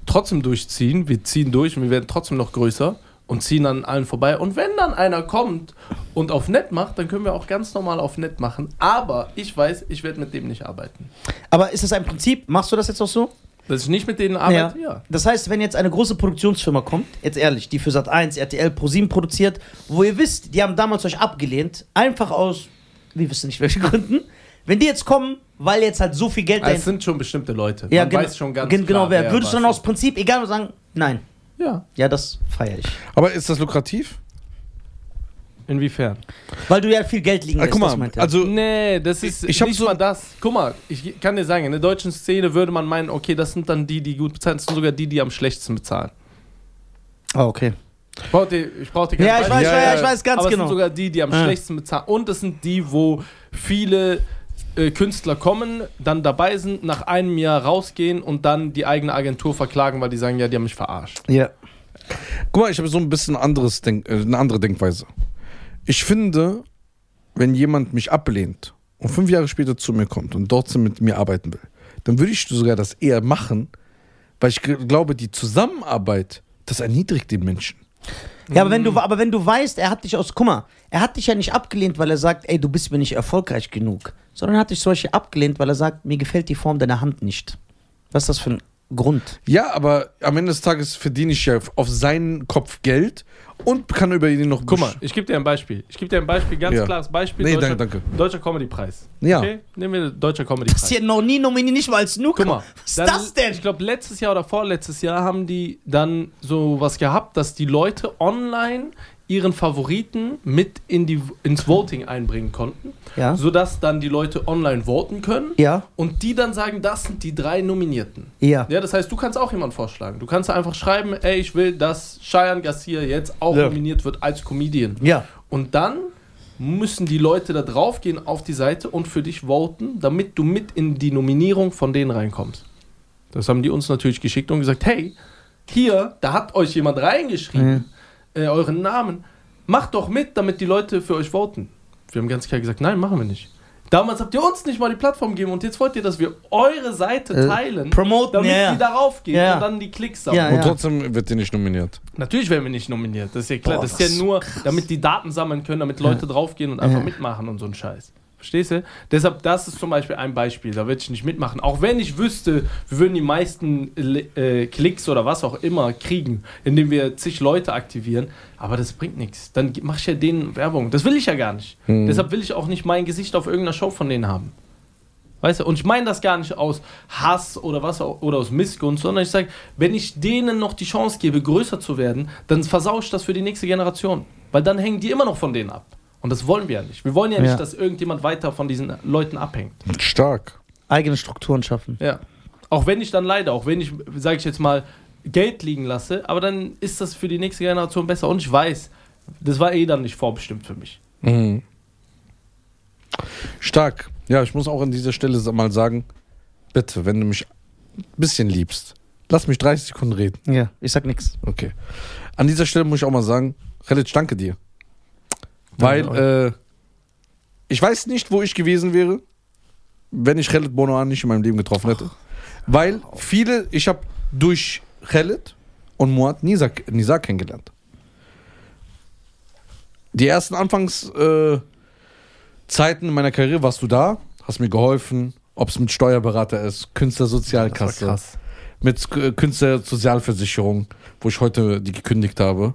trotzdem durchziehen, wir ziehen durch und wir werden trotzdem noch größer und ziehen an allen vorbei. Und wenn dann einer kommt und auf nett macht, dann können wir auch ganz normal auf nett machen. Aber ich weiß, ich werde mit dem nicht arbeiten.
Aber ist das ein Prinzip? Machst du das jetzt auch so?
Dass ich nicht mit denen arbeite, ja.
Das heißt, wenn jetzt eine große Produktionsfirma kommt, jetzt ehrlich, die für Sat1, RTL, ProSieben produziert, wo ihr wisst, die haben damals euch abgelehnt, einfach aus, wir wissen nicht welchen Gründen, wenn die jetzt kommen, weil jetzt halt so viel Geld
Also es
dahin-
sind schon bestimmte Leute. Man
gen-
weiß schon ganz
gen-
klar,
genau wer. Würdest du dann
was
aus Prinzip, egal was sagen, nein.
ist. Ja.
Ja, das feiere ich.
Aber ist das lukrativ?
Inwiefern?
Weil du ja viel Geld liegen
Ah,
lässt,
guck
das
mal,
meint er.
also
Nee, das ist
Ich hab
nicht
so-
mal das. Guck mal, ich kann dir sagen, in der deutschen Szene würde man meinen, okay, das sind dann die, die gut bezahlen, das sind sogar die, die am schlechtesten bezahlen.
Ah, okay.
Ich brauch dir, ich brauch dir kein
Ja, ich
Beispiel.
weiß,
Ja,
ja,
ja.
ich weiß ganz
aber es
genau.
sind sogar die, die am
Ja.
schlechtesten bezahlen. Und es sind die, wo viele äh, Künstler kommen, dann dabei sind, nach einem Jahr rausgehen und dann die eigene Agentur verklagen, weil die sagen, ja, die haben mich verarscht.
ja.
Guck mal, ich habe so ein bisschen anderes Denk äh, eine andere Denkweise. Ich finde, wenn jemand mich ablehnt und fünf Jahre später zu mir kommt und dort mit mir arbeiten will, dann würde ich sogar das eher machen, weil ich gl- glaube, die Zusammenarbeit, das erniedrigt den Menschen.
Ja, aber wenn du, aber wenn du weißt, er hat dich aus, guck mal, er hat dich ja nicht abgelehnt, weil er sagt, ey, du bist mir nicht erfolgreich genug, sondern er hat dich zum Beispiel abgelehnt, weil er sagt, mir gefällt die Form deiner Hand nicht. Was ist das für ein Grund?
Ja, aber am Ende des Tages verdiene ich ja auf seinen Kopf Geld und kann über ihn noch
Guck mal, ich gebe dir ein Beispiel. Ich gebe dir ein Beispiel, ganz
Ja.
klares Beispiel.
Nee,
deutscher,
danke, danke.
Deutscher Comedy-Preis.
Ja.
Okay? Nehmen wir den Deutscher
Das ist
Comedy-Preis.
hier noch nie nominiert, nicht mal als Snooker.
Guck mal,
was ist
dann-
das denn?
Ich glaube, letztes Jahr oder vorletztes Jahr haben die dann so was gehabt, dass die Leute online ihren Favoriten mit in die, ins Voting einbringen konnten,
Ja.
sodass dann die Leute online voten können
Ja,
und die dann sagen, das sind die drei Nominierten.
ja.
Ja, das heißt, du kannst auch jemanden vorschlagen. Du kannst einfach schreiben, ey, ich will, dass Cheyenne Garcia jetzt auch
Ja.
nominiert wird als Comedian.
Ja.
Und dann müssen die Leute da draufgehen auf die Seite und für dich voten, damit du mit in die Nominierung von denen reinkommst. Das haben die uns natürlich geschickt und gesagt, hey, hier, da hat euch jemand reingeschrieben, äh, euren Namen, macht doch mit, damit die Leute für euch voten. Wir haben ganz klar gesagt, nein, machen wir nicht. Damals habt ihr uns nicht mal die Plattform gegeben und jetzt wollt ihr, dass wir eure Seite
Äh,
teilen,
promoten,
damit
ja, ja.
die darauf gehen
Ja, ja.
und dann die Klicks sammeln.
Ja,
Und
Ah, ja.
trotzdem wird er nicht nominiert.
Natürlich werden wir nicht nominiert, das ist ja klar.
Boah,
das ist ja
das ist
nur, damit die Daten sammeln können, damit Leute draufgehen und einfach
Ja.
mitmachen und so ein Scheiß. Verstehst du? Deshalb, das ist zum Beispiel ein Beispiel, da würde ich nicht mitmachen. Auch wenn ich wüsste, wir würden die meisten äh, Klicks oder was auch immer kriegen, indem wir zig Leute aktivieren, aber das bringt nichts. Dann mach ich ja denen Werbung. Das will ich ja gar nicht.
Hm.
Deshalb will ich auch nicht mein Gesicht auf irgendeiner Show von denen haben. Weißt du, und ich meine das gar nicht aus Hass oder was auch- oder aus Missgunst, sondern ich sage, wenn ich denen noch die Chance gebe, größer zu werden, dann versau ich das für die nächste Generation. Weil dann hängen die immer noch von denen ab. Und das wollen wir ja nicht. Wir wollen ja,
Ja.
nicht, dass irgendjemand weiter von diesen Leuten abhängt.
Stark.
Eigene Strukturen schaffen.
Ja. Auch wenn ich dann leide, auch wenn ich, sage ich jetzt mal, Geld liegen lasse, aber dann ist das für die nächste Generation besser. Und ich weiß, das war eh dann nicht vorbestimmt für mich.
Mhm. Stark. Ja, ich muss auch an dieser Stelle sa- mal sagen, bitte, wenn du mich ein bisschen liebst, lass mich 30 Sekunden reden.
Ja, ich sag nichts.
Okay. An dieser Stelle muss ich auch mal sagen, Relic, danke dir. Weil äh, ich weiß nicht, wo ich gewesen wäre, wenn ich Khaled Bonoan nicht in meinem Leben getroffen hätte. Weil viele, ich habe durch Khaled und Muad Nisa, Nisa kennengelernt. Die ersten Anfangszeiten äh, Zeiten meiner Karriere warst du da, hast mir geholfen, ob es mit Steuerberater ist, Künstlersozialkasse, mit Sk- Künstlersozialversicherung, wo ich heute die gekündigt habe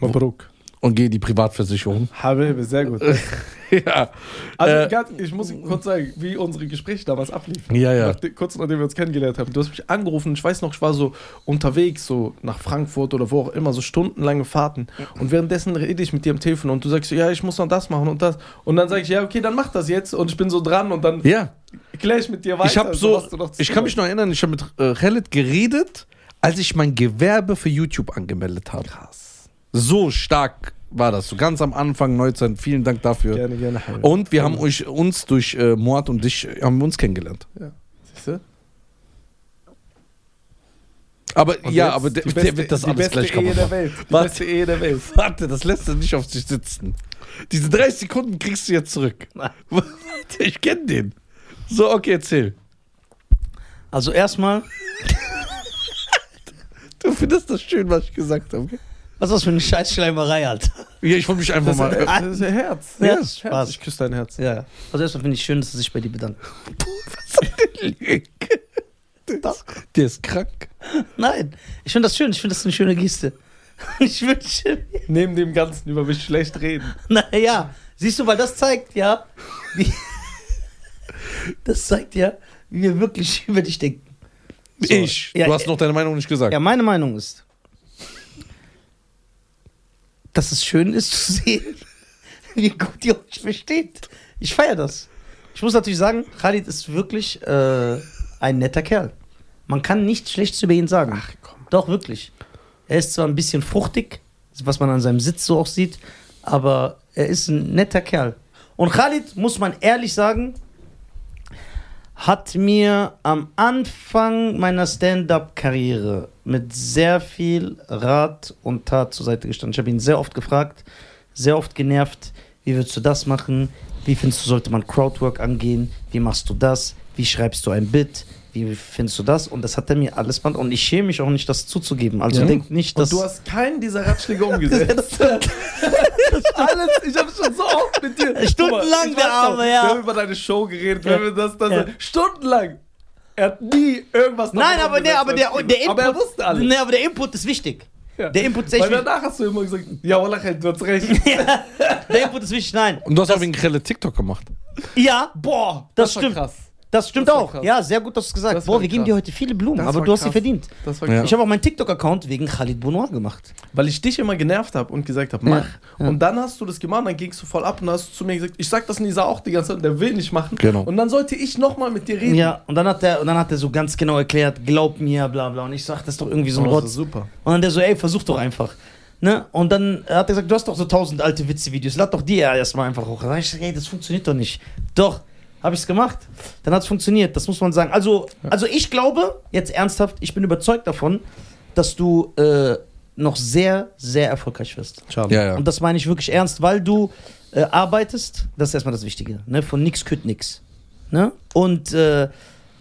Mabruk.
und gehe in die Privatversicherung.
Habe, sehr gut.
ja.
Also
Äh,
ganz, ich muss kurz sagen, wie unsere Gespräche damals abliefen.
Ja, ja.
Nachdem, kurz nachdem wir uns kennengelernt haben. Du hast mich angerufen, ich weiß noch, ich war so unterwegs, so nach Frankfurt oder wo auch immer, so stundenlange Fahrten. Und währenddessen rede ich mit dir am Telefon und du sagst, so, ja, ich muss noch das machen und das. Und dann sage ich, ja, okay, dann mach das jetzt. Und ich bin so dran und dann
Ja,
kläre ich mit dir weiter.
ich habe so,
was du noch zu
ich kann
tun
mich noch erinnern, ich habe mit äh, Khaled geredet, als ich mein Gewerbe für YouTube angemeldet habe. Krass. So stark war das, so ganz am Anfang 19. Vielen Dank dafür.
hast. Gerne, gerne. Harry.
Und wir haben euch, uns durch äh, Moat und dich äh, haben wir uns kennengelernt.
Ja. Siehst du?
Aber
Und
ja,
jetzt
aber der,
die
der wird das
die
alles
beste
gleich
Ehe
kaputt
der
machen.
Welt. Die
Warte.
beste Ehe der Welt.
Warte, das lässt er nicht auf sich sitzen. Diese 30 Sekunden kriegst du jetzt zurück.
Nein.
Warte, ich kenne den. So, okay, erzähl.
Also erstmal,
Du findest das schön, was ich gesagt habe. gell?
was ist das für eine Scheißschleimerei, Alter?
Ja, ich wollte mich einfach
Das,
mal.
ist-
Äh,
das ist ihr Herz.
Ja,
Herz.
Spaß.
Ich küsse dein Herz.
Ja. Also erstmal finde ich schön, dass er sich bei dir bedankt.
Lüge. Der ist, der ist krank.
Nein, ich finde das schön, ich finde das eine schöne Geste. Ich wünsche mir.
Neben dem Ganzen über mich schlecht reden.
Naja, siehst du, weil das zeigt ja, wie. Das zeigt ja, wie wir wirklich über dich denken. So.
Ich.
Ja,
du hast
äh,
noch deine Meinung nicht gesagt.
Ja, meine Meinung ist, dass es schön ist zu sehen, wie gut ihr euch versteht. Ich feiere das. Ich muss natürlich sagen, Khalid ist wirklich äh, ein netter Kerl. Man kann nichts Schlechtes über ihn sagen. Ach komm. Doch, wirklich. Er ist zwar ein bisschen fruchtig, was man an seinem Sitz so auch sieht, aber er ist ein netter Kerl. Und Khalid, muss man ehrlich sagen, hat mir am Anfang meiner Stand-up-Karriere mit sehr viel Rat und Tat zur Seite gestanden. Ich habe ihn sehr oft gefragt, sehr oft genervt, wie würdest du das machen? Wie findest du, sollte man Crowdwork angehen? Wie machst du das? Wie schreibst du ein Bit? Wie findest du das? Und das hat er mir alles beantwortet. Und ich schäme mich auch nicht, das zuzugeben. Also
Ja.
denkt nicht,
Und
dass...
du hast keinen dieser Ratschläge umgesetzt. Alles, ich habe schon so oft mit dir.
Stundenlang,
Guck mal, ich
der
weiß noch,
Arme, ja.
Wir haben über deine Show geredet, wir
Ja.
haben über das, das,
Ja.
stundenlang. Er hat nie irgendwas davon
Nein, aber, nee,
umgesetzt,
aber, der,
was ich
der
gemacht
Input,
habe. Aber er wusste alles.
Nee, aber der Input ist wichtig.
Ja.
Der Input ist echt
Weil
wichtig.
danach hast du immer gesagt, ja, Wallach, du hast recht.
Ja, der Input ist wichtig, nein.
Und du hast auch wegen Krelle TikTok gemacht.
Ja,
Boah,
Das
das, war
stimmt.
krass.
das stimmt
Das war
auch.
krass.
Ja, sehr gut, dass du es gesagt
Das
hast.
war
Boah, wir
krass.
geben dir heute viele Blumen,
Das
aber
war
du hast sie
krass.
verdient.
Das war
Ja.
krass.
Ich habe auch meinen TikTok-Account wegen Khalid Bonoir gemacht.
Weil ich dich immer genervt habe und gesagt habe, mach.
Ja, ja.
Und dann hast du das gemacht, dann gingst du voll ab und hast zu mir gesagt, ich sag das Nisa auch die ganze Zeit, und der will nicht machen.
Genau.
Und dann sollte ich nochmal mit dir reden.
Ja, und dann hat der, und dann hat der so ganz genau erklärt, glaub mir, bla bla. Und ich sag, das ist doch irgendwie so ein
Oh, das ist
Rotz.
super.
Und dann der so, ey, versuch doch einfach. Ne? Und dann hat er gesagt, du hast doch so tausend alte Witze-Videos, lad doch die ja erstmal einfach hoch. Da hab ich gesagt, ey, das funktioniert doch nicht. Doch, habe ich's gemacht. Dann hat's funktioniert, das muss man sagen. Also, also ich glaube, jetzt ernsthaft, ich bin überzeugt davon, dass du äh, noch sehr, sehr erfolgreich wirst.
Schade.
Ja, ja.
Und das meine ich wirklich ernst, weil du äh, arbeitest, das ist erstmal das Wichtige, ne? von nix kütt nix. Ne? Und äh,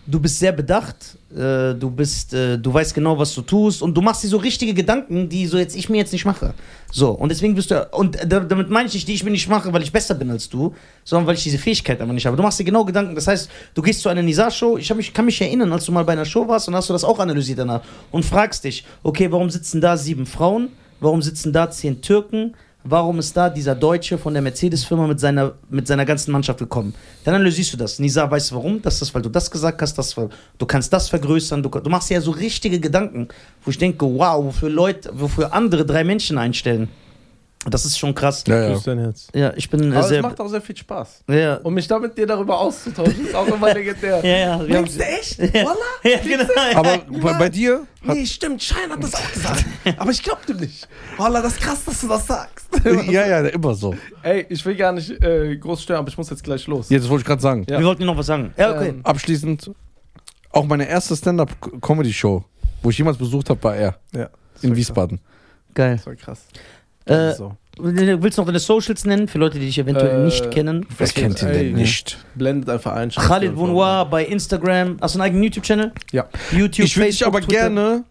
du bist sehr bedacht, äh, du bist, äh, du weißt genau, was du tust und du machst dir so richtige Gedanken, die so jetzt ich mir jetzt nicht mache. So, und deswegen bist du, und da- damit meine ich nicht, die ich mir nicht mache, weil ich besser bin als du, sondern weil ich diese Fähigkeit einfach nicht habe. Du machst dir genau Gedanken, das heißt, du gehst zu einer Nizar-Show, ich hab mich, kann mich erinnern, als du mal bei einer Show warst und hast du das auch analysiert danach und fragst dich, okay, warum sitzen da sieben Frauen, warum sitzen da zehn Türken, Warum ist da dieser Deutsche von der Mercedes-Firma mit seiner, mit seiner ganzen Mannschaft gekommen? Dann analysierst du das. Nisa, weißt du warum? Das ist, weil du das gesagt hast, das, weil du kannst das vergrößern, du, du machst dir ja so richtige Gedanken, wo ich denke, wow, wofür Leute, wofür andere drei Menschen einstellen. Das ist schon krass. Ja,
Ja, ja.
dein Herz.
ich bin äh,
Aber
sehr.
es macht auch sehr viel Spaß.
ja,
Und Um mich da mit dir darüber auszutauschen, ist auch immer legendär.
ja, ja, wir haben,
Denkst du echt?
Ja.
Voila?
ja, genau.
Aber bei, bei dir hat,
Nee, stimmt, Schein hat das auch gesagt. Aber ich glaub dir nicht. Voila, das ist krass, dass du das sagst.
Ja, ja, immer so.
Ey, ich will gar nicht äh, groß stören, aber ich muss jetzt gleich los.
Jetzt wollte ich gerade sagen.
Ja.
Wir wollten noch was sagen. Ja, okay.
Ähm,
Abschließend, auch meine erste Stand-Up-Comedy-Show, wo ich jemals besucht habe, war er.
Ja.
In Wiesbaden.
Geil.
Das war krass. Also,
Äh,
so.
willst du noch deine Socials nennen, für Leute, die dich eventuell
Äh,
nicht kennen?
Wer
Was
kennt ihn
ey,
denn
ja.
nicht?
Blendet einfach ein. schaut
Khalid
einfach mal.
Bonoir bei Instagram. Hast du einen eigenen YouTube-Channel?
Ja.
YouTube,
Ich würde dich
Facebook,
aber
Twitter.
gerne,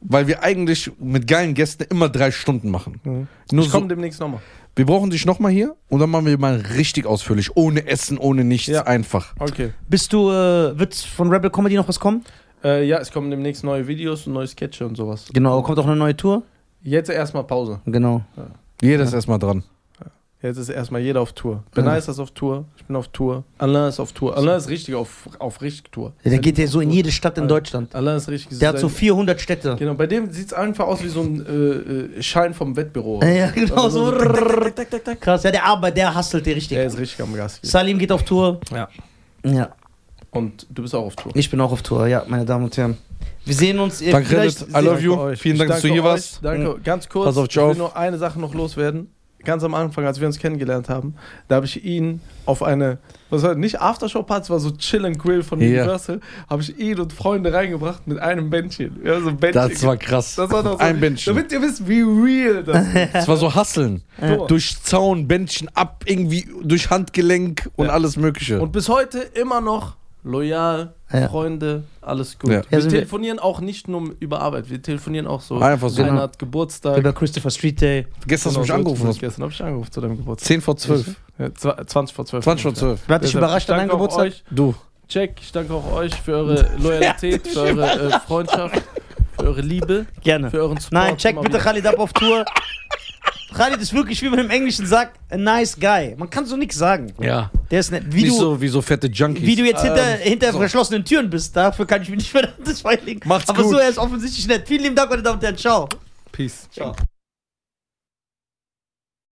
weil wir eigentlich mit geilen Gästen immer drei Stunden machen. Nur
Mhm. Ich komme
so,
demnächst nochmal.
wir brauchen dich nochmal hier und dann machen wir mal richtig ausführlich. Ohne Essen, ohne nichts,
Ja.
einfach.
Okay.
Bist du, äh, wird von Rebel Comedy noch was kommen?
Äh, ja, es kommen demnächst neue Videos und neue Sketche und sowas.
Genau, kommt auch eine neue Tour?
Jetzt erstmal Pause.
Genau.
Jeder ist erstmal dran.
Jetzt ist erstmal jeder auf Tour. Benai ist das auf Tour. Ich bin auf Tour. Alain ist auf Tour. Alain ist richtig auf, auf richtig Tour.
Der geht ja so in jede Stadt in
Alter.
Deutschland.
Alain ist richtig
Der hat so
sein-
400 Städte.
Genau, bei dem sieht es einfach aus wie so ein äh, äh, Schein vom Wettbüro.
Ja, ja, genau
Also
so.
so-
rrrr. Krass, ja, der Arbeit, der hustelt dir
Der
richtig.
ist richtig am Gas. Gehen.
Salim geht auf Tour.
Ja.
Ja,
Und du bist auch auf Tour.
ich bin auch auf Tour, ja, meine Damen und Herren. Wir sehen uns. äh,
Danke,
vielleicht
Reddit. I love
Danke
you.
euch.
Vielen
Ich
Dank, dass du
danke euch.
hier warst. Mhm.
Danke. Ganz kurz.
Pass auf dich
ich will
auf.
nur eine Sache noch loswerden. ganz am Anfang, als wir uns kennengelernt haben, da habe ich ihn auf eine, was war nicht Aftershow-Party, es war so Chill and Grill von
Ja.
Universal, habe ich ihn und Freunde reingebracht mit einem Bändchen. Ja, so ein Bändchen.
Das war krass.
das war doch so,
Ein Bändchen.
Damit ihr wisst, wie real das ist.
Das war so Hasseln.
So.
Durch Zaun, Bändchen, ab, irgendwie durch Handgelenk und
Ja.
alles Mögliche.
Und bis heute immer noch loyal,
Ja.
Freunde, alles gut.
Ja. Ja,
Wir
sind wir-
telefonieren auch nicht nur über Arbeit, wir telefonieren auch so.
Einfach so.
Einer hat Geburtstag.
Über Christopher Street Day.
Gestern hast du
Genau, so
mich
Mhm.
angerufen.
ist es Gestern habe ich angerufen zu deinem Geburtstag.
10 vor 12.
Ja, zwa- 20 vor 12.
20 vor
ungefähr.
12.
Wer hat dich
Deshalb,
überrascht an deinem
danke auch
Geburtstag?
Euch,
Du.
Jack, ich danke auch euch für eure Loyalität, für eure äh, Freundschaft, für eure Liebe,
Gerne.
für euren Support.
Nein, check
immer
bitte
wieder.
Khalid ab auf Tour. Khalid ist wirklich, wie man im Englischen sagt, a nice guy. Man kann so nichts sagen.
Ja.
Der ist nett. Wie,
Nicht
du,
so wie Ähm. so fette Junkies.
wie du jetzt hinter, hinter
so.
verschlossenen Türen bist, dafür kann ich mich nicht mehr das beilegen.
Macht's
Aber
gut.
so, er ist offensichtlich nett. Vielen lieben Dank, meine Damen und Herren. Ciao.
Peace.
Ciao.